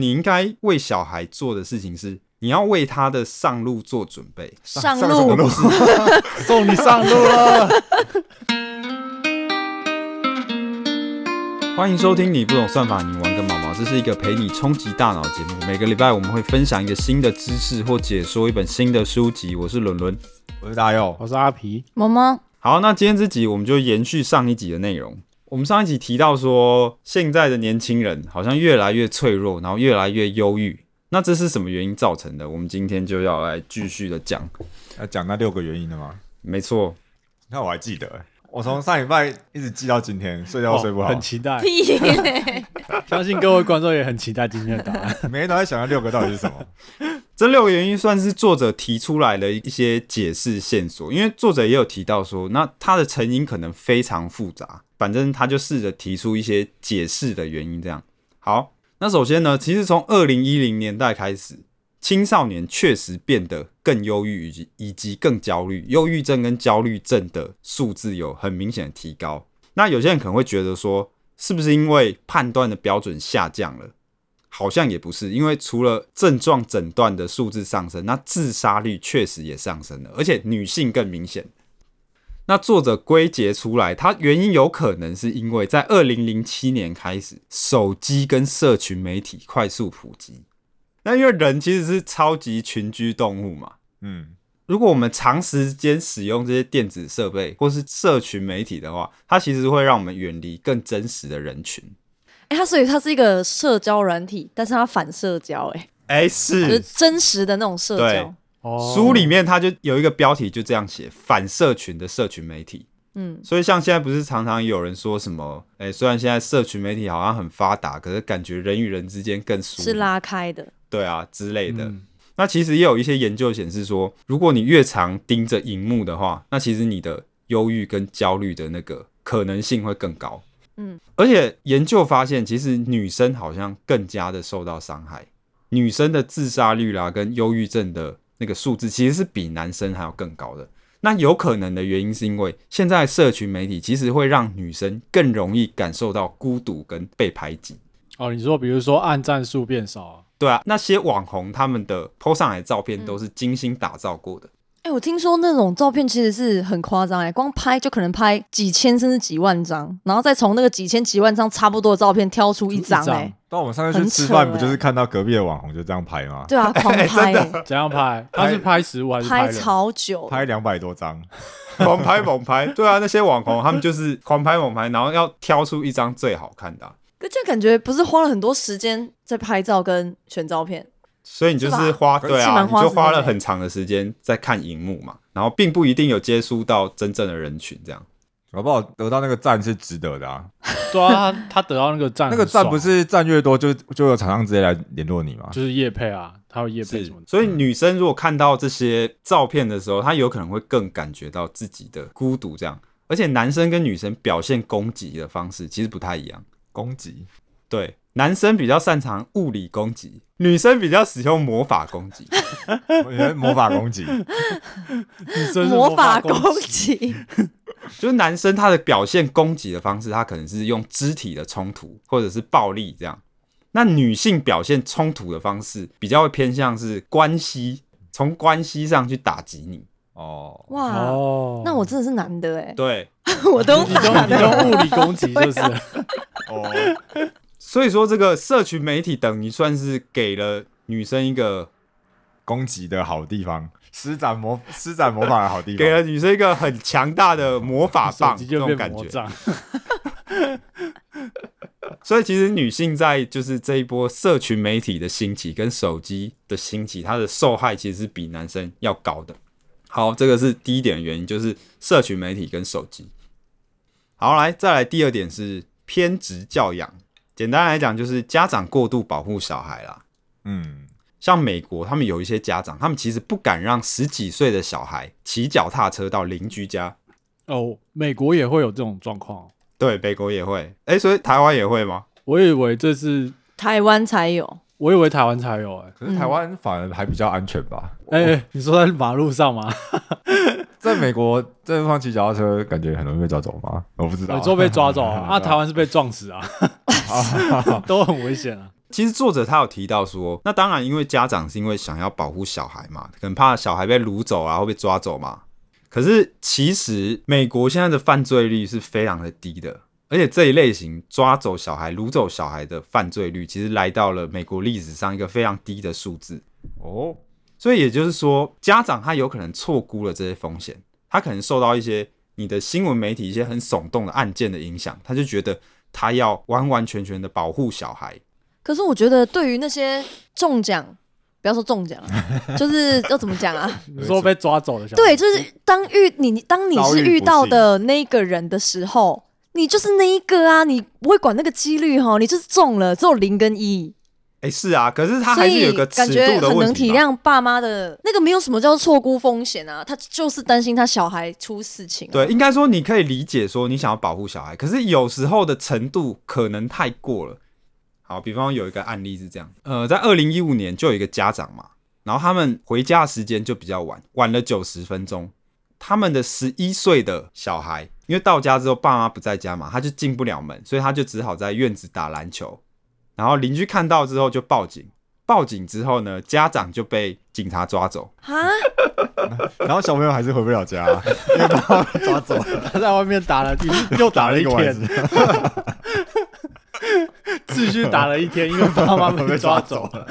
你应该为小孩做的事情是，你要为他的上路做准备。上什么 路路是送你上路了。欢迎收听，你不懂算法，你玩个毛毛。这是一个陪你冲击大脑的节目。每个礼拜我们会分享一个新的知识或解说一本新的书籍。我是伦伦。我是大佑，我是阿皮。萌萌，好，那今天这集我们就延续上一集的内容。我们上一集提到说，现在的年轻人好像越来越脆弱，然后越来越忧郁。那这是什么原因造成的？我们今天就要来继续的讲。要讲那六个原因的吗？没错，你看我还记得、欸，我从上礼拜一直记到今天，睡觉都睡不好，哦很期待。屁嘞！ 相信各位观众也很期待今天的答案。每天都在想那六个到底是 什么。这六个原因算是作者提出来的一些解释线索，因为作者也有提到说，那它的成因可能非常复杂，反正他就试着提出一些解释的原因。这样好，那首先呢，其实从二零一零年代开始，青少年确实变得更忧郁以及以及更焦虑，忧郁症跟焦虑症的数字有很明显的提高。那有些人可能会觉得说，是不是因为判断的标准下降了？好像也不是，因为除了症状诊断的数字上升，那自杀率确实也上升了，而且女性更明显。那作者归结出来，它原因有可能是因为在二零零七年开始，手机跟社群媒体快速普及。那因为人其实是超级群居动物嘛，嗯，如果我们长时间使用这些电子设备或是社群媒体的话，它其实会让我们远离更真实的人群。哎、它所以它是一个社交软体，但是它反社交、哎、哎，就是是真实的那种社对交。哦书里面它就有一个标题就这样写：反社群的社群媒体。嗯，所以像现在不是常常有人说什么？哎、虽然现在社群媒体好像很发达，可是感觉人与人之间更疏是离，拉开的。对啊之类的。嗯那其实也有一些研究显示说，如果你越常盯着荧幕的话，那其实你的忧郁跟焦虑的那个可能性会更高。嗯，而且研究发现，其实女生好像更加的受到伤害，女生的自杀率啦、跟忧郁症的那个数字其实是比男生还要更高的。那有可能的原因是因为现在社群媒体其实会让女生更容易感受到孤独跟被排挤。哦，你说比如说按赞数变少啊，对啊，那些网红他们的 PO 上来的照片都是精心打造过的，哎、我听说那种照片其实是很夸张哎，光拍就可能拍几千甚至几万张，然后再从那个几千几万张差不多的照片挑出一张哎、但我们上次去吃很饭，扯欸不就是看到隔壁的网红就这样拍吗？对啊，狂拍、欸怎样拍？哎他是拍食物还是拍人？超久，拍两百多张， 狂拍猛拍，对啊，那些网红他们就是狂拍猛拍，然后要挑出一张最好看的啊、可这样感觉不是花了很多时间在拍照跟选照片，所以你就是是吧花是对啊，蛮你花就时花间了的很长的时间在看荧幕嘛，然后并不一定有接触到真正的人群，这样搞不好得到那个赞是值得的啊。对啊，他他得到那个赞，那个赞不是赞越多就就有厂商直接来联络你吗？啊就是叶配啊，他有叶配什么的。所以女生如果看到这些照片的时候，她有可能会更感觉到自己的孤独，这样。而且男生跟女生表现攻击的方式其实不太一样，攻击对，男生比较擅长物理攻击，女生比较使用魔法攻击。 我觉得魔法攻击，女生是魔法攻攻击。就是男生他的表现攻击的方式，他可能是用肢体的冲突或者是暴力这样。那女性表现冲突的方式，比较会偏向是关系，从关系上去打击你。哦，哇，哦，那我真的是男的哎、对， 我都你都你都物理攻 击是不是？哦，所以说这个社群媒体等于算是给了女生一 个，攻击的好地方，施展魔施展魔法的好地 给方。了女生一个很强大的魔法手棒机这就种变感魔觉。杖，所以其实女性在就是这一波社群媒体的兴起跟手机的兴起，它的受害其实是比男生要高的。好，这个是第一点原因，就是社群媒体跟手机。好，来再来第二点是偏执教养。简单来讲，就是家长过度保护小孩啦。嗯，像美国，他们有一些家长，他们其实不敢让十几岁的小孩骑脚踏车到邻居家。哦，美国也会有这种状况。啊对，美国也会，哎、所以台湾也会吗？我以为这是，台湾才有，我以为台湾才有，哎可是台湾反而还比较安全吧？哎，哎你说在马路上吗？在美国这地方骑脚踏车，感觉很容易被抓走吗？我不知 道，你说被抓走啊？啊 对台湾是被撞死啊，都很危险啊。其实作者他有提到说，那当然因为家长是因为想要保护小孩嘛，可能怕小孩被掳走啊，会被抓走嘛。可是其实美国现在的犯罪率是非常的低的，而且这一类型抓走小孩、掳走小孩的犯罪率，其实来到了美国历史上一个非常低的数字。哦，所以也就是说，家长他有可能错估了这些风险，他可能受到一些你的新闻媒体一些很耸动的案件的影响，他就觉得他要完完全全的保护小孩。可是我觉得对于那些中奖，不要说中奖 啊，就是要怎么讲啊？你说被抓走的小孩，对，就是当遇你你当你遭是遇遇不到幸的那个人的时候，你就是那一个啊，你不会管那个几率哈，你就是中了，只有零跟一，哎、是啊，可是他所还是有以一个尺感觉度的很问能题体吧。谅爸妈的那个没有什么叫错估风险啊，他就是担心他小孩出事情、啊。对，应该说你可以理解说你想要保护小孩，可是有时候的程度可能太过了。好，比方有一个案例是这样，呃，在二零一五年就有一个家长嘛，然后他们回家的时间就比较晚，晚了九十分钟。他们的十一岁的小孩，因为到家之后爸妈不在家嘛，他就进不了门，所以他就只好在院子打篮球。然后邻居看到之后就报警，报警之后呢，家长就被警察抓走。啊，然后小朋友还是回不了家，啊 因为把他们抓走， 他在外面打了一又打打了了一一个 晚天，上。继续打了一天，因为爸妈 被抓走了。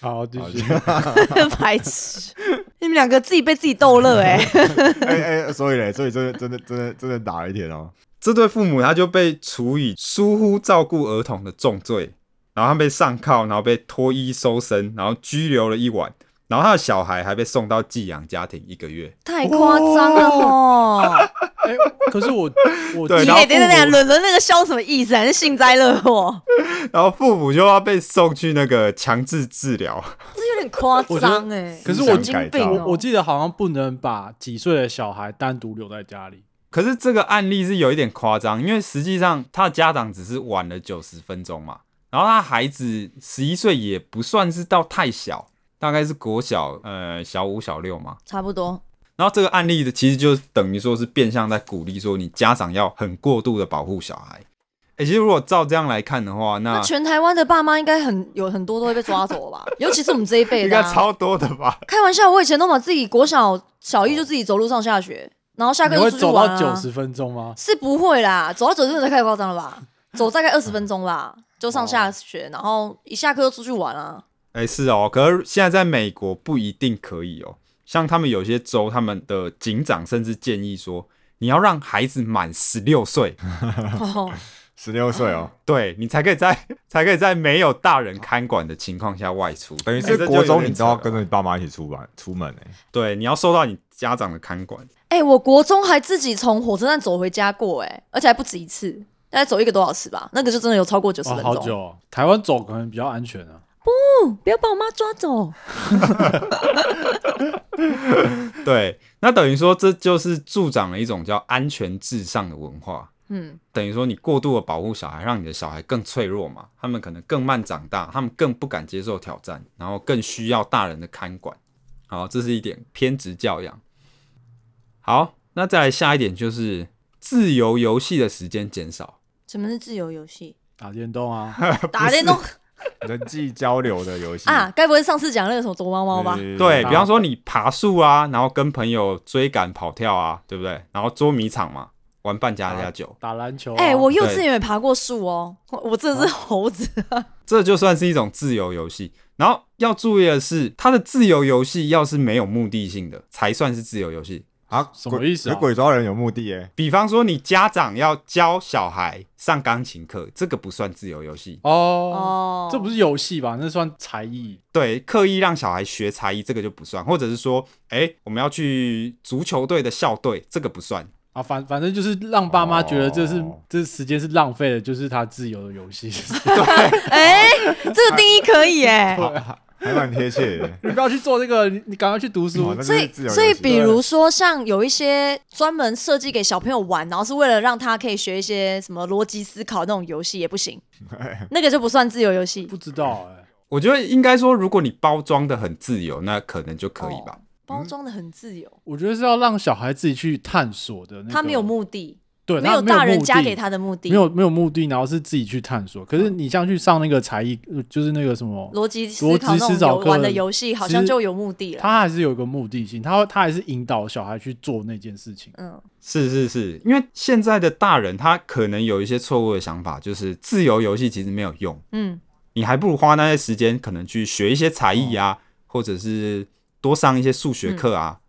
好，继续。 白痴！你们两个自己被自己逗乐哎、 哎哎，所以嘞，所以真的真的真的真的打了一天哦。这对父母他就被处以疏忽照顾儿童的重罪，然后他被上铐，然后被脱衣搜身，然后拘留了一晚，然后他的小孩还被送到寄养家庭一个月。太夸张了哦！ 哎，可是我 我对你然后哎，等等等等，伦伦那个笑什么意思啊？还是幸灾乐祸？然后父母就要被送去那个强制治疗。 这有点夸我觉张得哎，可是我神经病哦我我记得好像不能把几岁的小孩单独留在家里。可是这个案例是有一点夸张，因为实际上他的家长只是晚了九十分钟嘛，然后他孩子十一岁也不算是到太小，大概是国小呃小五小六嘛，差不多。然后这个案例的其实就等于说是变相在鼓励说你家长要很过度的保护小孩。哎、其实如果照这样来看的话，那那全台湾的爸妈应该很有很多都会被抓走 吧？尤其是我们这一辈应的、该啊。超多的吧？开玩笑，我以前都把自己国小小一就自己走路上下学，然后下课你就会出去走玩、到啊。九十分钟吗？是不会啦，走到九十分钟太夸张了吧？走大概二十分钟吧，就上下学，然后一下课就出去玩 啊。哎、是哦，可是现在在美国不一定可以哦。像他们有些州，他们的警长甚至建议说，你要让孩子满十六岁， 哦，十六岁哦，对你才可以在 才可以在没有大人看管的情况下外出。等等于是国中你都要跟着你爸妈一起出门出门哎。对，你要受到你家长的看管。哎、我国中还自己从火车站走回家过、哎，而且还不止一次，大概走一个多小时吧。那个就真的有超过九十哦，分好钟、久、哦。台湾走可能比较安全啊。嗯不要把我妈抓走。对，那等于说这就是助长了一种叫安全至上的文化。嗯，等于说你过度的保护小孩，让你的小孩更脆弱嘛，他们可能更慢长大，他们更不敢接受挑战，然后更需要大人的看管。好，这是一点偏执教养。好，那再来下一点就是自由游戏的时间减少。什么是自由游戏？打电动啊， 打电动人际交流的游戏啊？，该不会上次讲那个什么躲猫猫吧？对好比方说你爬树啊，然后跟朋友追赶跑跳啊，对不对？然后捉迷藏嘛，玩扮家家酒，打篮球啊。哎、我幼稚园也爬过树哦，我我真的是猴子。这就算是一种自由游戏。然后要注意的是，它的自由游戏要是没有目的性的，才算是自由游戏。啊，什么鬼意思啊可鬼抓人有目的哎，比方说，你家长要教小孩上钢琴课，这个不算自由游戏。哦，哦，嗯这不是游戏吧？那算才艺。对，刻意让小孩学才艺，这个就不算。或者是说，哎，我们要去足球队的校队，这个不算。啊，反反正就是让爸妈觉得这是、哦这时间是浪费的，就是他自由的游戏。 哎、这个定义可以哎、还蛮贴切的。哦你不要去做这个，你你赶快去读书哇。那所就是以自由，游戏所以比如说像有一些专门设计给小朋友玩，然后是为了让他可以学一些什么逻辑思考那种游戏也不行，那个就不算自由游戏不。知道哎、我觉得应该说，如果你包装的很自由，那可能就可以吧。嗯包装的很自由，我觉得是要让小孩自己去探索的、那个。他没有目的，对，没他有大人目加的给他的目的，嗯没有没有目的，然后是自己去探索。可是你像去上那个才艺，呃就是那个什么，逻辑思逻考辑那思种考游课玩的游戏，好像其实就有目的了。他还是有一个目的性，他他还是引导小孩去做那件事情。嗯，是是是，因为现在的大人他可能有一些错误的想法，就是自由游戏其实没有用，嗯，你还不如花那些时间可能去学一些才艺啊，或者是多上一些数学课啊。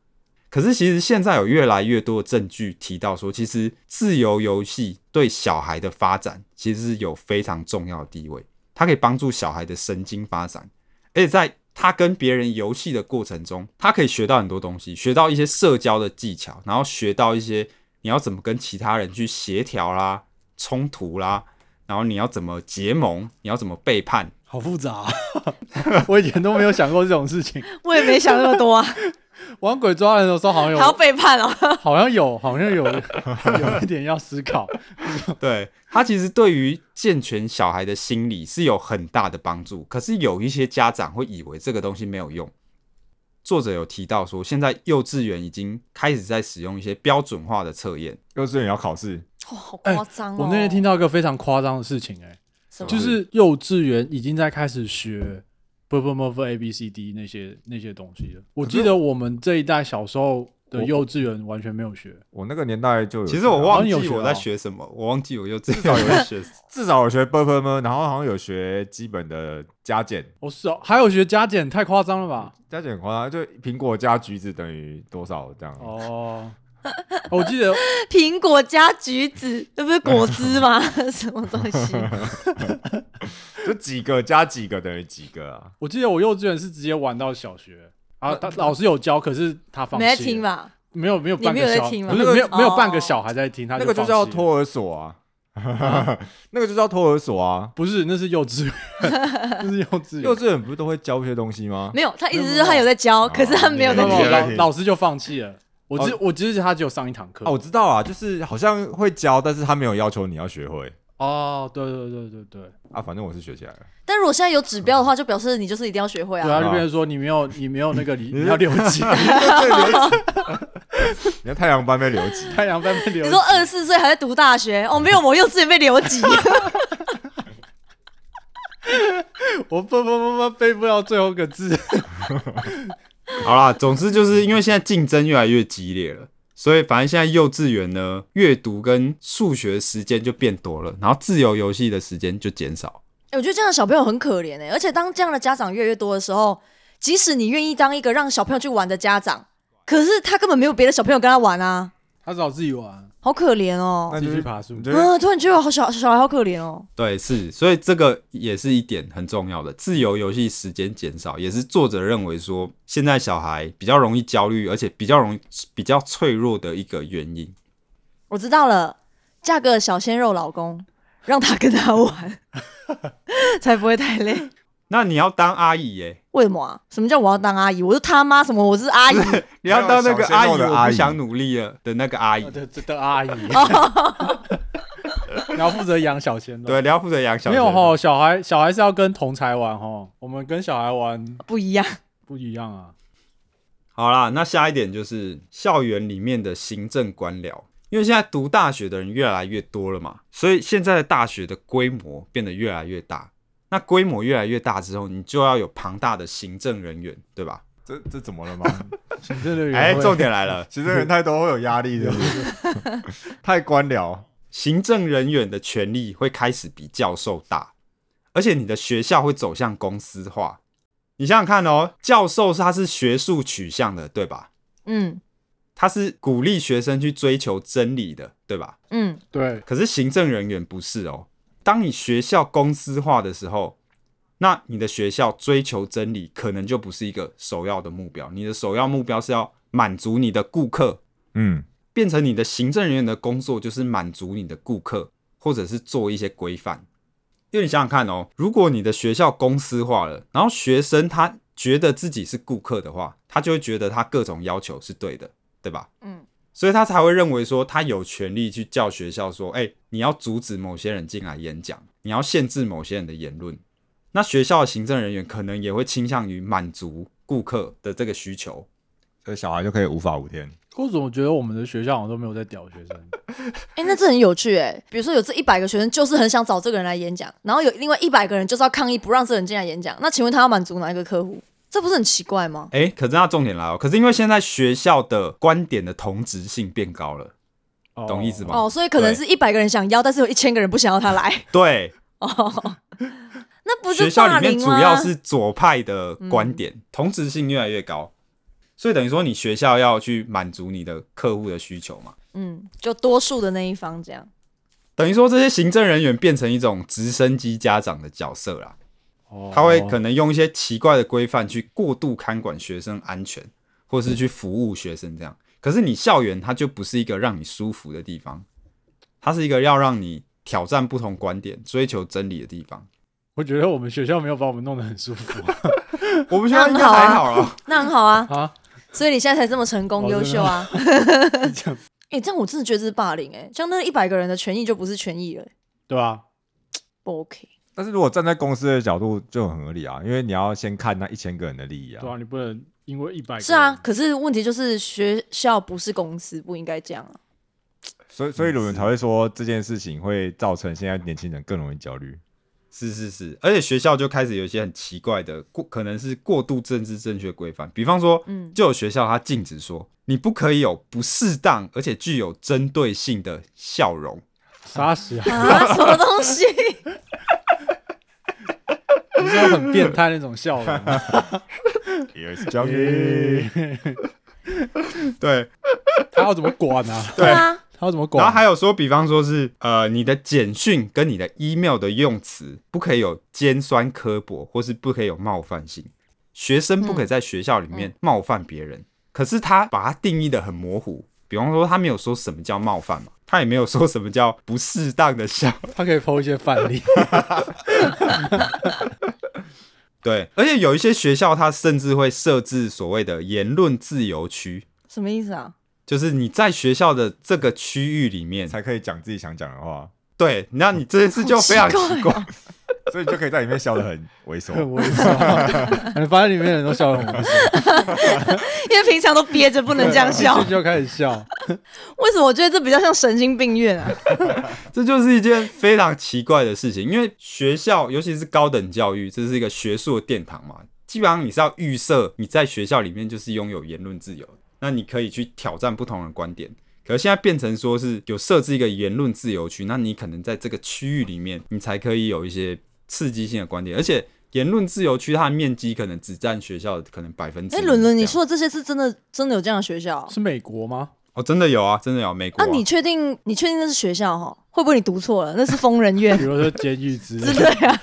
可是其实现在有越来越多的证据提到说，其实自由游戏对小孩的发展其实是有非常重要的地位，它可以帮助小孩的神经发展，而且在他跟别人游戏的过程中，他可以学到很多东西，学到一些社交的技巧，然后学到一些你要怎么跟其他人去协调啦、冲突啦，然后你要怎么结盟，你要怎么背叛，好复杂、啊， 我以前都没有想过这种事情。我 也没想那么多啊，玩鬼抓人的时候好像还有，要背叛 哦。好像有，好 像有有一点要思考。对他其实对于健全小孩的心理是有很大的帮助。可是有一些家长会以为这个东西没有用。作者有提到说，现在幼稚园已经开始在使用一些标准化的测验，幼稚园也要考试，哇，好哎夸张哦！我那天听到一个非常夸张的事情、哎，什么就是幼稚园已经在开始学 b b m f a b c d 那些那些东西了。我记得我们这一代小时候的幼稚园完全没有学，我那个年代就有学啊。其实我好忘像有记学我在哦学什么，我忘记我幼稚园在学什么。至少有学 b u r p l e 然后好像有学基本的加减，哦是哦，还有学加减，太夸张了吧？加减很夸张，就苹果加橘子等于多少这样。哦， 我记得苹果加橘子，那不是哎果汁吗？ 什么东西？就几个加几个等于几个啊？我记得我幼稚园是直接玩到小学啊，呃他老师有教，可是他放没在弃了啊听吧？没有没有你半没有个在小，听吗不是没有没有半哦个小孩在听，他那个就放叫弃了托儿所啊， 那个就叫托儿所啊。不是，那是幼 稚园，那是幼稚园。幼稚园不是都会教一些东西吗？没有，他一直没是有啊他有在教，哦可是他没有在没有没有听。老老师就放弃了。我只、哦我只是他只有上一堂课。哦，我知道啊，就是好像会教，但是他没有要求你要学会哦，对对对对对，啊。反正我是学起来了，但如果现在有指标的话，就表示你就是一定要学会对啊。啊，就变成说你没有你没有那个 你你要留级，你看太阳班被留 级，太阳班被你留级。说二十四岁还在读大学，哦，没有，我幼稚园被留级。我不不不不背不到最后一个字， 好啦，总之就是因为现在竞争越来越激烈了，所以反正现在幼稚园呢，阅读跟数学时间就变多了，然后自由游戏的时间就减少。欸我觉得这样的小朋友很可怜哎、而且当这样的家长越来越多的时候，即使你愿意当一个让小朋友去玩的家长，可是他根本没有别的小朋友跟他玩啊，他找自己 玩，好可怜哦。那自就己是去爬树你。觉得啊，突然觉得好小小孩好可怜哦。对，是，所以这个也是一点很重要的，自由游戏时间减少，也是作者认为说现在小孩比较容易焦虑，而且比较容易比较脆弱的一个原因。我知道了，嫁个小鲜肉老公，让他跟他玩， 才不会太累。那你要当阿姨耶、为什么啊？什么叫我要当阿姨？我是他妈什么？我是阿姨，你要当那个阿没姨，有小鲜肉的我阿不姨想努力了的那个阿姨。的的的阿姨，哦 然后负责养小鲜肉。对，你要负责养小没鲜有肉吼，小孩小孩是要跟同才玩吼，我们跟小孩玩不一样。不一样 啊。好啦，那下一点就是校园里面的行政官僚，因为现在读大学的人越来越多了嘛，所以现在的大学的规模变得越来越大。那规模越来越大之后，你就要有庞大的行政人员，对吧？这这怎么了吗？ 行政人员哎、会重点来了，其实人太多会有压力的， 太官僚。行政人员的权力会开始比教授大，而且你的学校会走向公司化。你想想看哦，教授他是学术取向的，对吧？嗯他是鼓励学生去追求真理的，对吧？嗯，对，可是行政人员不是哦。当你学校公司化的时候，那你的学校追求真理可能就不是一个首要的目标。你的首要目标是要满足你的顾客，嗯，变成你的行政人员的工作就是满足你的顾客，或者是做一些规范。因为你想想看哦，如果你的学校公司化了，然后学生他觉得自己是顾客的话，他就会觉得他各种要求是对的，对吧？嗯，所以他才会认为说他有权利去叫学校说，哎、你要阻止某些人进来演讲，你要限制某些人的言论。那学校的行政人员可能也会倾向于满足顾客的这个需求，呃小孩就可以无法无天。我怎么觉得我们的学校好像都没有在屌学 生？哎、那这很有趣哎、比如说有这一百个学生就是很想找这个人来演讲，然后有另外一百个人就是要抗议不让这个人进来演讲，那请问他要满足哪一个客户？这不是很奇怪吗？哎、可是那重点来了，可是因为现在学校的观点的同质性变高了，哦懂意思吗哦，所以可能是一百个人想要，但是有一千个人不想要他 来对，哦，那不学是校霸里面凌主吗？嗯要是左派的观点，同质性越来越高，所以等于说你学校要去满足你的客户的需求嘛，嗯，就多数的那一方这样。等于说这些行政人员变成一种直升机家长的角色啦，哦他会可能用一些奇怪的规范去过度看管学生安全，或是去服务学生这样。可是你校园它就不是一个让你舒服的地方，它是一个要让你挑战不同观点、追求真理的地方。我觉得我们学校没有把我们弄得很 舒服我们学校应该那很好啊还好了，那很好啊，啊。所以你现在才这么成功、哦优真的秀啊！ 这样哎、这样我真的觉得这是霸凌哎、像那一百个人的权益就不是权益了欸、对吧？不 OK。但是如果站在公司的角度就很合理啊，因为你要先看那一千个人的利益啊对。啊，你不能因为一百是啊，，可是问题就是学校不是公司，不应该这样啊。 所以所以鲁伦才会说这件事情会造成现在年轻人更容易焦虑。是是是，而且学校就开始有一些很奇怪的过，可能是过度政治正确规范，比方说，嗯就有学校它禁止说你不可以有不适当而且具有针对性的笑容。杀死啊！啊，什么东西？你是很变态那种啊笑容 吗，焦虑，对，他要怎么管啊？对啊，他要怎么管？然后还有说，比方说是呃，你的简讯跟你的 email 的用词不可以有尖酸刻薄，或是不可以有冒犯性。学生不可以在学校里面冒犯别人，可是他把它定义的很模糊。比方说，他没有说什么叫冒犯嘛，他也没有说什么叫不适当的笑。他可以剖一些范例， 对，而且有一些学校，它甚至会设置所谓的言论自由区，什么意思啊？就是你在学校的这个区域里面， 才可以讲自己想讲的话，对，那你这件事就非常好奇奇怪。所以就可以在里面笑得很 很猥琐。猥琐。你发现里面的人都笑得很猥琐，因为平常都憋着不能这样笑一进，去就开始笑。 为什么我觉得这比较像神经病 院啊？这就是一件非常奇怪的事情，因为学校，尤其是高等教育，这是一个学术的殿堂嘛，基本上你是要预设你在学校里面就是拥有言论自由，那你可以去挑战不同的观点。可是现在变成说是有设置一个言论自由区，那你可能在这个区域里面，你才可以有一些刺激性的观点，而且言论自由区它的面积可能只占学校的可能百分之一哎，这样。伦伦，你说的这些是真的，真的有这样的学校啊？是美国吗？哦，真的有啊，真的有美国、那啊。你确定？你确定那是学校哈？会不会你读错了？那 是疯人比院，如说监狱之类是的，对 啊。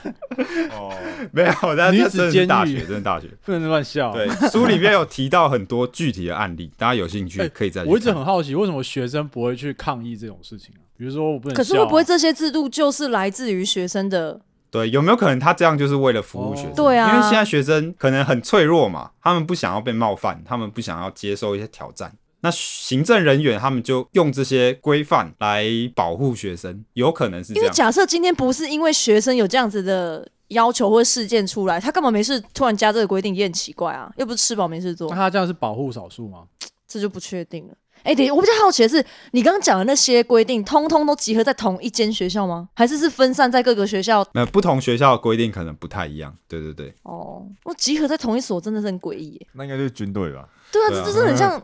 没有？但女是子真的监是狱大学，真的大学。不能乱笑。对，书里面有提到很多具体的 案例，大家有兴趣哎可以再去看。我一直很好奇，为什么学生不会去抗议这种事情啊？比如说我不能笑可啊，是会不会这些制度就是来自于学生的？对，有没有可能他这样就是为了服务学生？哦对啊因为现在学生可能很脆弱嘛，他们不想要被冒犯，他们不想要接受一些挑战。那行政人员他们就用这些规范来保护学生，有可能是因这为样。假设今天不是因为学生有这样子的要求或事件出来，他干嘛没事突然加这个规定也很奇怪啊？又不是吃饱没事做那，他这样是保护少数吗？这就不确定了。哎，等一下我比较好奇的是，你刚刚讲的那些规定，通通都集合在同一间学校吗？还是是分散在各个学校？那不同学校的规定可能不太一样。对对对，哦，我集合在同一所真的是很诡异耶。那应该就是军队吧？对啊，对啊这真的 很像，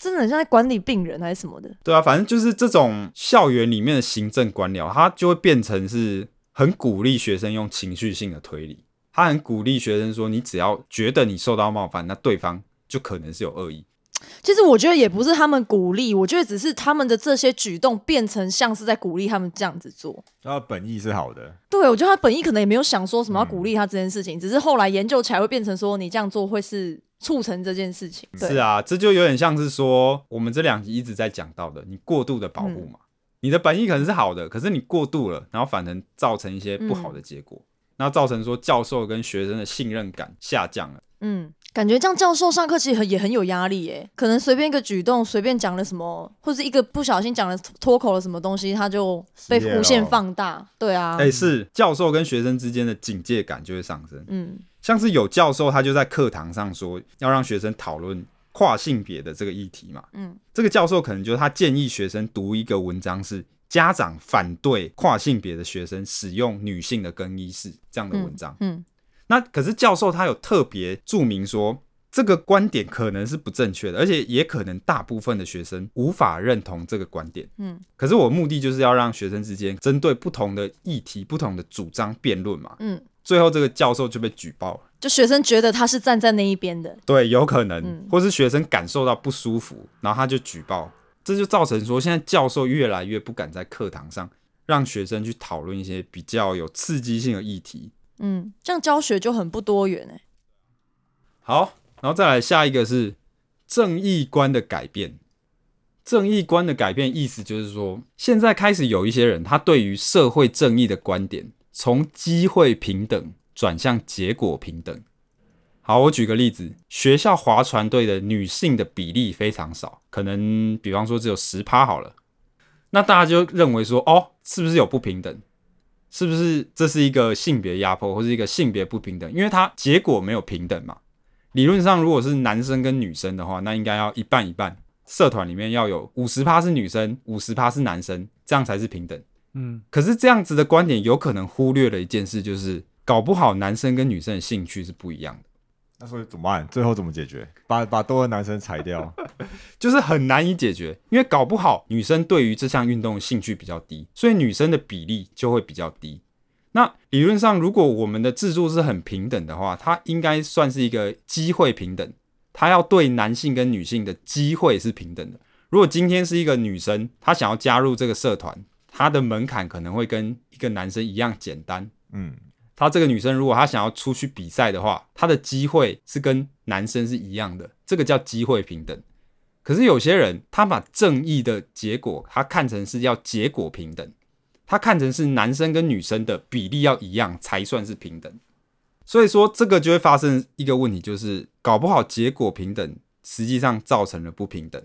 真的很像在管理病人还是什么的。对啊，反正就是这种校园里面的行政官僚，他就会变成是很鼓励学生用情绪性的推理，他很鼓励学生说，你只要觉得你受到冒犯，那对方就可能是有恶意。其实我觉得也不是他们鼓励，我觉得只是他们的这些举动变成像是在鼓励他们这样子做。那本意是好的，对，我觉得他本意可能也没有想说什嗯么要鼓励他这件事情，只是后来研究起来会变成说你这样做会是促成这件事情。对是啊，这就有点像是说我们这两集一直在讲到的，你过度的保护嘛，你的本意可能是好的，可是你过度了，然后反而造成一些不好的结果，那造成说教授跟学生的信任感下降了。嗯，感觉这样教授上课其实很也很有压力耶，可能随便一个举动，随便讲了什么，或是一个不小心讲了脱口了什么东西，他就被失业了无限放大。对啊，哎、是教授跟学生之间的警戒感就会上升。嗯，像是有教授他就在课堂上说要让学生讨论跨性别的这个议题嘛。嗯，这个教授可能就是他建议学生读一个文章是家长反对跨性别的学生使用女性的更衣室这样的文章。嗯，那可是教授他有特别注明说，这个观点可能是不正确的，而且也可能大部分的学生无法认同这个观点。嗯，可是我目的就是要让学生之间针对不同的议题、不同的主张辩论嘛。嗯，最后这个教授就被举报了。就学生觉得他是站在那一边的，对，有可能，嗯或是学生感受到不舒服，然后他就举报，这就造成说现在教授越来越不敢在课堂上让学生去讨论一些比较有刺激性的议题。嗯，这样教学就很不多元哎、好，然后再来下一个是正义观的改变。正义观的改变意思就是说，现在开始有一些人，他对于社会正义的观点，从机会平等转向结果平等。好，我举个例子，学校划船队的女性的比例非常少，可能比方说只有十趴好了。那大家就认为说，哦，是不是有不平等？是不是这是一个性别压迫，或是一个性别不平等？因为它结果没有平等嘛。理论上，如果是男生跟女生的话，那应该要一半一半。社团里面要有五十趴是女生，五十趴是男生，这样才是平等。嗯，可是这样子的观点有可能忽略了一件事，就是搞不好男生跟女生的兴趣是不一样的，那所以怎么办？最后怎么解决？把把多个男生裁掉，就是很难以解决。因为搞不好女生对于这项运动的兴趣比较低，所以女生的比例就会比较低。那理论上，如果我们的制度是很平等的话，它应该算是一个机会平等，它要对男性跟女性的机会是平等的。如果今天是一个女生，她想要加入这个社团，她的门槛可能会跟一个男生一样简单。嗯，她这个女生如果她想要出去比赛的话，她的机会是跟男生是一样的，这个叫机会平等。可是有些人他把正义的结果，他看成是要结果平等，他看成是男生跟女生的比例要一样才算是平等。所以说这个就会发生一个问题，就是搞不好结果平等实际上造成了不平等。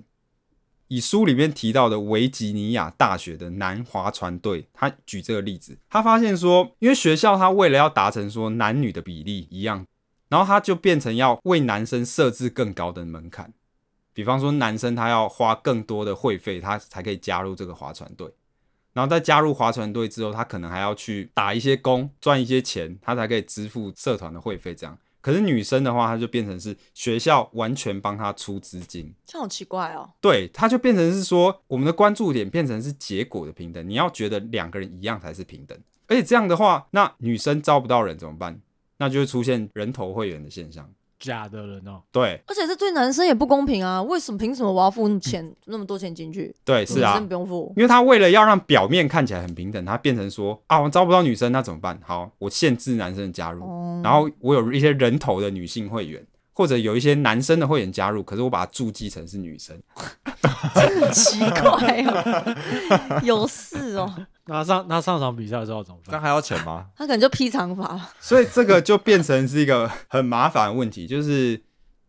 以书里面提到的维吉尼亚大学的男划船队，他举这个例子，他发现说，因为学校他为了要达成说男女的比例一样，然后他就变成要为男生设置更高的门槛，比方说男生他要花更多的会费，他才可以加入这个划船队。然后在加入划船队之后，他可能还要去打一些工，赚一些钱，他才可以支付社团的会费。这样，可是女生的话，她就变成是学校完全帮她出资金，这样好奇怪哦。对，它就变成是说，我们的关注点变成是结果的平等，你要觉得两个人一样才是平等，而且这样的话，那女生招不到人怎么办？那就会出现人头会员的现象。假的人哦，对而且这对男生也不公平啊！为什么凭什么我要付那么钱那么多钱进去？对，是啊女生，不用付。因为他为了要让表面看起来很平等，他变成说啊，我招不到女生，那怎么办？好，我限制男生的加入，哦嗯然后我有一些人头的女性会员，或者有一些男生的会员加入，可是我把它注记成是女生。奇怪哦， 有事哦，那他上他上场比赛的时候怎么那办？还要钱吗？他可能就劈长发。所以这个就变成是一个很麻烦的问题，就是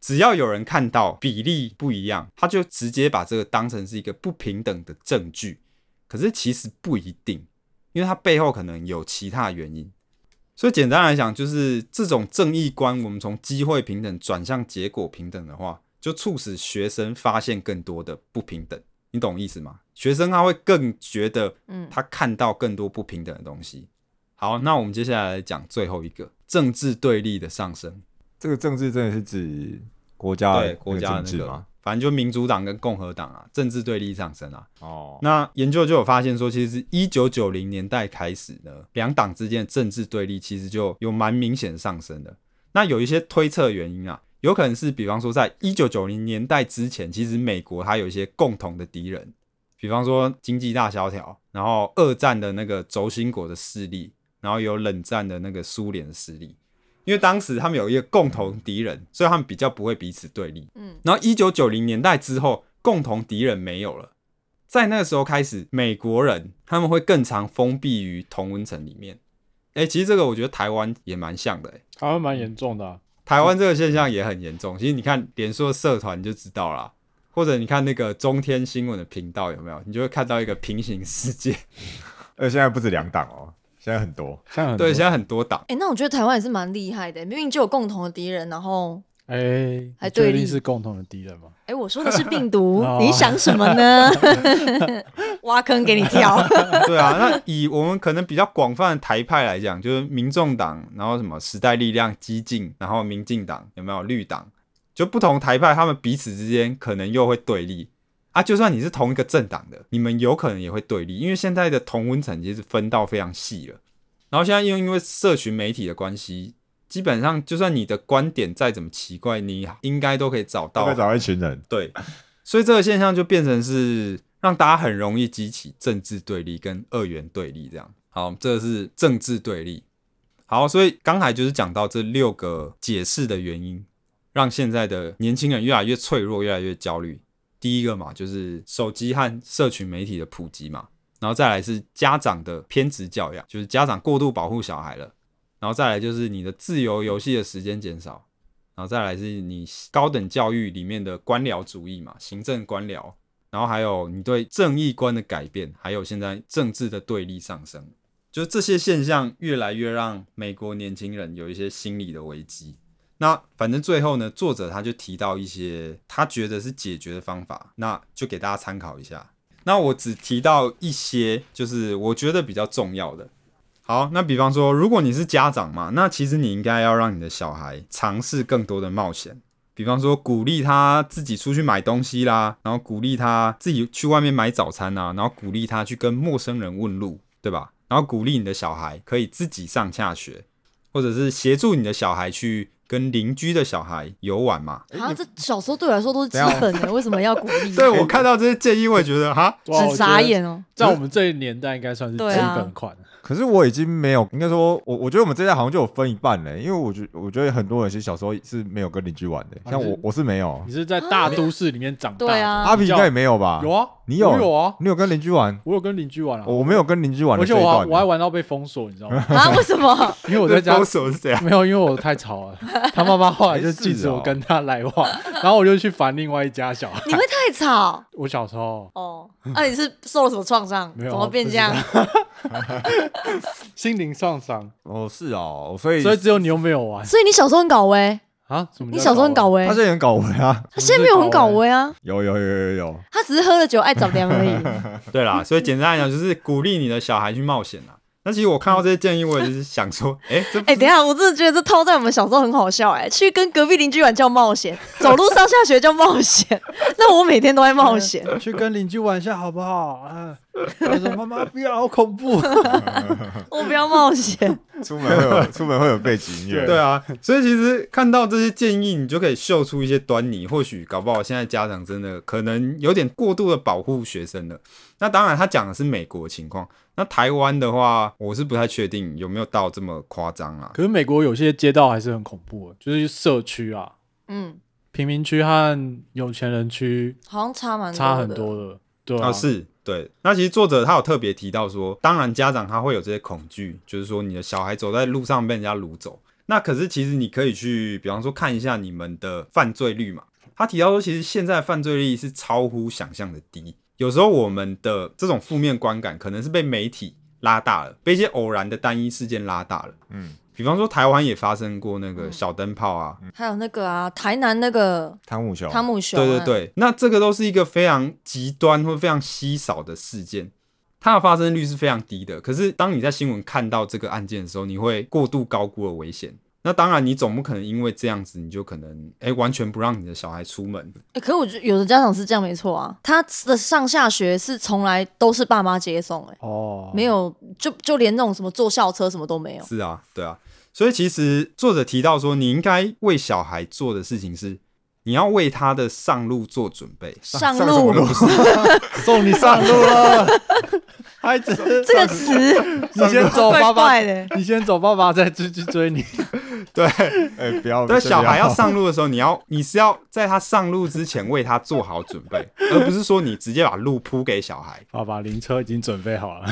只要有人看到比例不一样，他就直接把这个当成是一个不平等的证据。可是其实不一定，因为它背后可能有其他原因。所以简单来讲，就是这种正义观，我们从机会平等转向结果平等的话，就促使学生发现更多的不平等。你懂我意思吗？学生他会更觉得嗯他看到更多不平等的东西。好，那我们接下来讲最后一个政治对立的上升，这个政治真的是指国家的对国家啊那的个政那治个吗？，反正就民主党跟共和党啊，政治对立上升啊。哦，那研究就有发现说，其实一九九零年代开始呢，两党之间的政治对立其实就有蛮明显上升的。那有一些推测原因啊，有可能是比方说，在一九九零年代之前，其实美国它有一些共同的敌人，比方说经济大萧条，然后二战的那个轴心国的势力，然后有冷战的那个苏联的势力。因为当时他们有一个共同敌人，所以他们比较不会彼此对立。嗯然后一九九零年代之后，共同敌人没有了，在那个时候开始，美国人他们会更常封闭于同温层里面。哎、其实这个我觉得台湾也蛮像的、诶台湾蛮严重的、啊，台湾这个现象也很严重。其实你看脸书的社团你就知道啦，或者你看那个中天新闻的频道有没有，你就会看到一个平行世界。而且现在不止两党哦，现在很多。像很多对，现在很多党。哎、那我觉得台湾也是蛮厉害的，明明就有共同的敌人，然后哎、还你对确立定是共同的敌人吗？哎、我说的是病毒哦，你想什么呢？ 挖坑给你跳。对啊，那以我们可能比较广泛的台派来讲，就是民众党，然后什么时代力量、激进，然后民进党有没有绿党？就不同台派，他们彼此之间可能又会对立啊。就算你是同一个政党的，你们有可能也会对立，因为现在的同温层其实分到非常细了。然后现在又因为社群媒体的关系，基本上就算你的观点再怎么奇怪，你应该都可以找大到概找到一群人，对，所以这个现象就变成是让大家很容易激起政治对立跟二元对立这样。好，这是政治对立。好，所以刚才就是讲到这六个解释的原因，让现在的年轻人越来越脆弱，越来越焦虑。第一个嘛，就是手机和社群媒体的普及嘛，然后再来是家长的偏执教养，就是家长过度保护小孩了，然后再来就是你的自由游戏的时间减少，然后再来是你高等教育里面的官僚主义嘛，行政官僚，然后还有你对正义观的改变，还有现在政治的对立上升，就是这些现象越来越让美国年轻人有一些心理的危机。那反正最后呢，作者他就提到一些他觉得是解决的方法，那就给大家参考一下。那我只提到一些，就是我觉得比较重要的。好，那比方说，如果你是家长嘛，那其实你应该要让你的小孩尝试更多的冒险，比方说鼓励他自己出去买东西啦，然后鼓励他自己去外面买早餐啊，然后鼓励他去跟陌生人问路，对吧？然后鼓励你的小孩可以自己上下学，或者是协助你的小孩去跟邻居的小孩游玩嘛。 啊，这小时候对我来说都是基本的，为什么要鼓 励？对我看到这些建议，我也觉得 哈，哇很傻，眼哦。我觉得在我们这一年代应该算是基对啊本款。可是我已经没有，应该说，我我觉得我们这代好像就有分一半了，因为我觉我觉得很多人其实小时候是没有跟邻居玩的，啊像你是我我是没有你，是在大都市里面长大的？对啊，阿比应该也没有吧？有，啊，你我有啊，你有跟邻居玩？我有跟邻居玩啊，我没有跟邻居玩的而且这一我还段我还呢，玩到被封锁，你知道 吗？啊，为什么？因为我在家勾手是这样。没有，因为我太吵了。 他妈妈后来就禁止我跟他来往，然后我就去烦另外一家小孩。你会太吵我小时候哦？那你是受了什么创伤？没有怎么变这样？心灵创伤，哦是哦，所以所以只有你又没有玩所以你小时候很搞威，啊？什么叫搞啊？你小时候很搞威他，现在很搞混啊，他现在没有很搞威啊，有有有有有，他只是喝了酒爱找凉而已。 对啦，所以简单来讲就是鼓励你的小孩去冒险啦。那其实我看到这些建议，我也是想说， 哎、这哎，等一下，我真的觉得这套在我们小时候很好笑哎，去跟隔壁邻居玩叫冒险，走路上下学叫冒险，那我每天都在冒 险。啊去跟邻居玩一下好不好？啊，我说妈妈不要，好恐怖。我不要冒险，出门会 有出门会有背景音乐，对啊，所以其实看到这些建议，你就可以嗅出一些端倪。或许搞不好现在家长真的可能有点过度的保护学生了。那当然，他讲的是美国情况，那台湾的话，我是不太确定有没有到这么夸张啊。 可是美国有些街道还是很恐怖的，就是社区啊，嗯，贫民区和有钱人区好像差蛮多差很的。多的。对啊，啊，是对。那其实作者他有特别提到说，当然家长他会有这些恐惧，就是说你的小孩走在路上被人家掳走。那可是其实你可以去，比方说看一下你们的犯罪率嘛。他提到说，其实现在犯罪率是超乎想象的低。有时候我们的这种负面观感，可能是被媒体拉大了，被一些偶然的单一事件拉大了。嗯，比方说台湾也发生过那个小灯泡啊，还有那个啊，台南那个汤姆熊，汤姆熊、啊对对，对，那这个都是一个非常极端或非常稀少的事件，它的发生率是非常低的。可是当你在新闻看到这个案件的时候，你会过度高估了危险。那当然，你总不可能因为这样子，你就可能哎、诶完全不让你的小孩出门。欸可是我觉得有的家长是这样没错啊，他的上下学是从来都是爸妈接送、欸，哎、哦，没有，就就连那种什么坐校车什么都没有。是啊，对啊。所以其实作者提到说，你应该为小孩做的事情是，你要为他的上路做准备。上上什么路路？送你上路了，孩子，这个词你先走，爸怪爸，怪的，你先走，爸爸再追去追你。对， 哎不要，对，先小不孩要上路的时候，你要你是要在他上路之前为他做好准备，而不是说你直接把路铺给小孩。爸爸灵车已经准备 好了，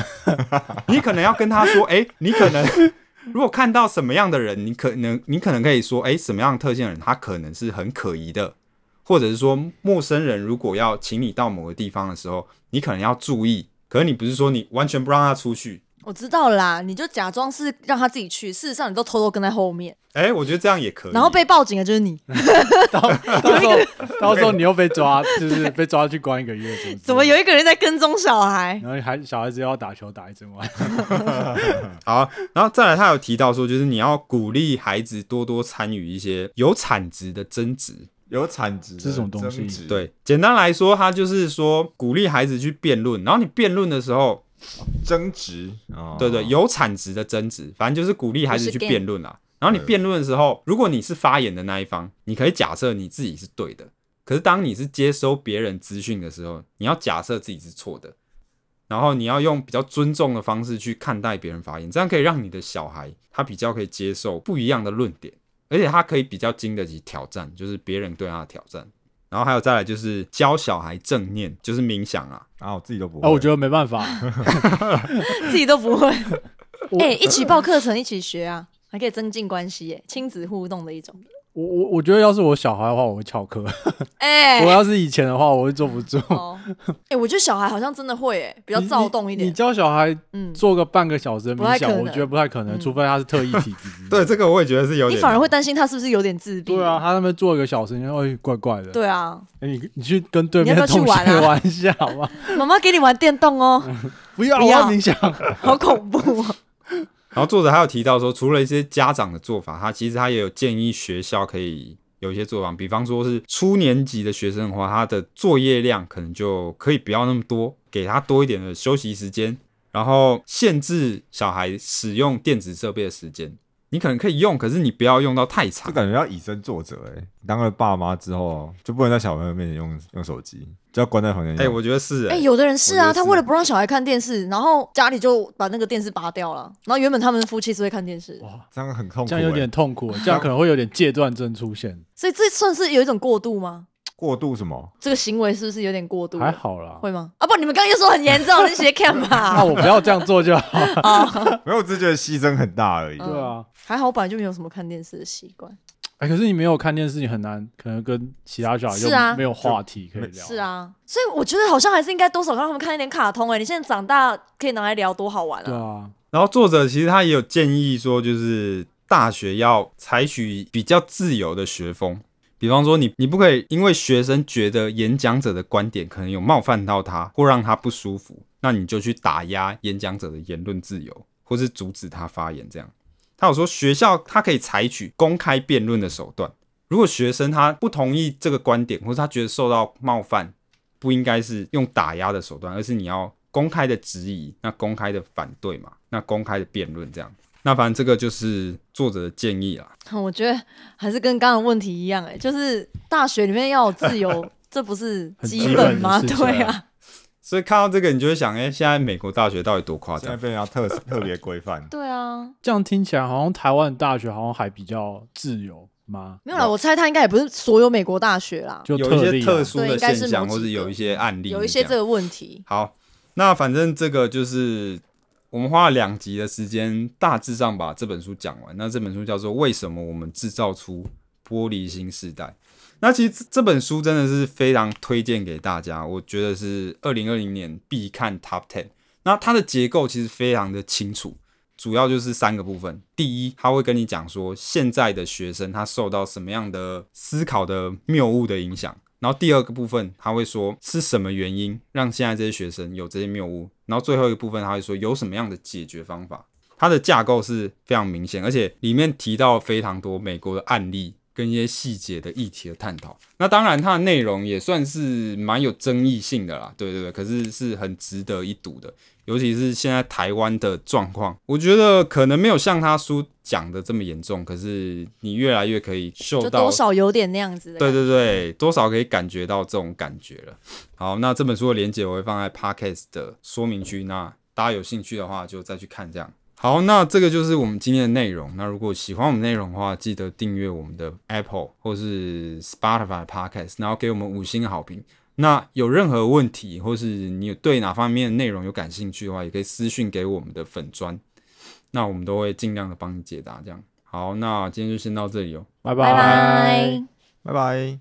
你可能要跟他说，哎、你可能 如果看到什么样的人，你可能你可能可以说，哎、什么样的特性的人，他可能是很可疑的，或者是说陌生人如果要请你到某个地方的时候，你可能要注意。可是你不是说你完全不让他出去，我知道了啦，你就假装是让他自己去，事实上你都偷偷跟在后面，哎、我觉得这样也可以。然后被报警的就是你，到到时候到时候你又被抓，就是被抓去关一个月，是不是怎么有一个人在跟踪小孩？然后还小孩子要打球打一整晚，好，然后再来，他有提到说，就是你要鼓励孩子多多参与一些有产值的争执。有产值的这种东西增值，对，简单来说，他就是说鼓励孩子去辩论，然后你辩论的时候，增值，哦对对，有产值的争执，反正就是鼓励孩子去不是嗯 game 辩论啦。然后你对辩论的时候，如果你是发言的那一方，你可以假设你自己是对的，可是当你是接收别人资讯的时候，你要假设自己是错的，然后你要用比较尊重的方式去看待别人发言，这样可以让你的小孩他比较可以接受不一样的论点，而且他可以比较经得起挑战，就是别人对他的挑战。然后还有再来就是教小孩正念，就是冥想啊，啊，我自己都不会。啊，我觉得没办法，自己都不 会。我哎、一起报课程，一起学啊，还可以增进关系耶，亲子互动的一种。我我我觉得要是我小孩的话，我会翘课；哎、我要是以前的话，我会坐不住，哦， 哎、我觉得小孩好像真的会，哎，比比较躁动一你点。教小孩嗯，做个半个小时的不太可冥想，能我觉得不太可能，嗯除非他是特异体质。对这个我也觉得是有点难，你反而会担心他是不是有点自闭。对啊，，他那边坐一个小时，你说哎怪怪的。对啊，哎，你你去跟对面你的要不要同去学玩啊玩一下好吗？妈妈给你玩电动 哦，不 要，不我要要冥想。好恐怖哦。然后作者还有提到说，除了一些家长的做法，他其实他也有建议学校可以有一些做法，比方说是初年级的学生的话，他的作业量可能就可以不要那么多，给他多一点的休息时间，然后限制小孩使用电子设备的时间。你可能可以用，可是你不要用到太这长。感觉要以身作则哎、当了爸妈之后，就不能在小朋友面前用用手机，就要关在房间用。哎、我觉得是、哎、哎、有的人是啊，我觉得是他为了不让小孩看电视，然后家里就把那个电视拔掉了。然后原本他们夫妻是会看电视，哇，这样很痛苦、这样有哎点 痛苦，这样可能会有点戒断症出现。所以这算是有一种过度吗？过度什么？这个行为是不是有点过度？还好啦，会吗？啊不，你们刚刚又说很严重，你 写 c a 那吧？我不要这样做就啊好。没有，我只是觉得牺牲很大而已。对啊，还好，我本来就没有什么看电视的习惯。哎，可是你没有看电视，你很难，可能跟其他小孩是啊就没有话题可以聊。是，啊，所以我觉得好像还是应该多少让他们看一点卡通、哎，你现在长大可以拿来聊，多好玩对啊！啊，然后作者其实他也有建议说，就是大学要采取比较自由的学风，比方说你你不可以因为学生觉得演讲者的观点可能有冒犯到他或让他不舒服，那你就去打压演讲者的言论自由，或是阻止他发言这样。他有说学校他可以采取公开辩论的手段，如果学生他不同意这个观点，或是他觉得受到冒犯，不应该是用打压的手段，而是你要公开的质疑，那公开的反对嘛，那公开的辩论这样。那反正这个就是作者的建议啦。 我觉得还是跟刚刚的问题一样、哎，就是大学里面要有自 由，这不是基本吗？很基本的事情啊对啊，所以看到这个，你就会想，哎、现在美国大学到底多夸现在张？啊被人家特特别规范，对啊，这样听起来好像台湾的大学好像还比较自由吗？没有啦，我猜他应该也不是所有美国大学啦，就有一些例啊特殊对的应该现是象，某或几是个有一些案例样，有一些这个问题。好，那反正这个就是我们花了两集的时间，大致上把这本书讲完。那这本书叫做《为什么我们制造出玻璃新时代》。那其实这这本书真的是非常推荐给大家，我觉得是二零二零年必看 Top Ten。那它的结构其实非常的清楚，主要就是三个部分。第一，他会跟你讲说现在的学生他受到什么样的思考的谬误的影响。然后第二个部分他会说是什么原因让现在这些学生有这些谬误。然后最后一个部分他会说有什么样的解决方法。它的架构是非常明显，而且里面提到非常多美国的案例跟一些细节的议题的探讨。那当然，它的内容也算是蛮有争议性的啦，对对对，可是是很值得一读的。尤其是现在台湾的状况，我觉得可能没有像他书讲的这么严重，可是你越来越可以嗅就到多少有点那样子的。对，对对，多少可以感觉到这种感觉了。好，那这本书的连接我会放在 podcast 的说明区，那大家有兴趣的话就再去看这样。好，那这个就是我们今天的内容。那如果喜欢我们内容的话，记得订阅我们的 Apple 或是 Spotify podcast，然后给我们五星好评。那有任何问题，或是你有对哪方面的内容有感兴趣的话，也可以私讯给我们的粉砖，那我们都会尽量的帮你解答。这样，好，那今天就先到这里哦。拜拜拜。拜拜。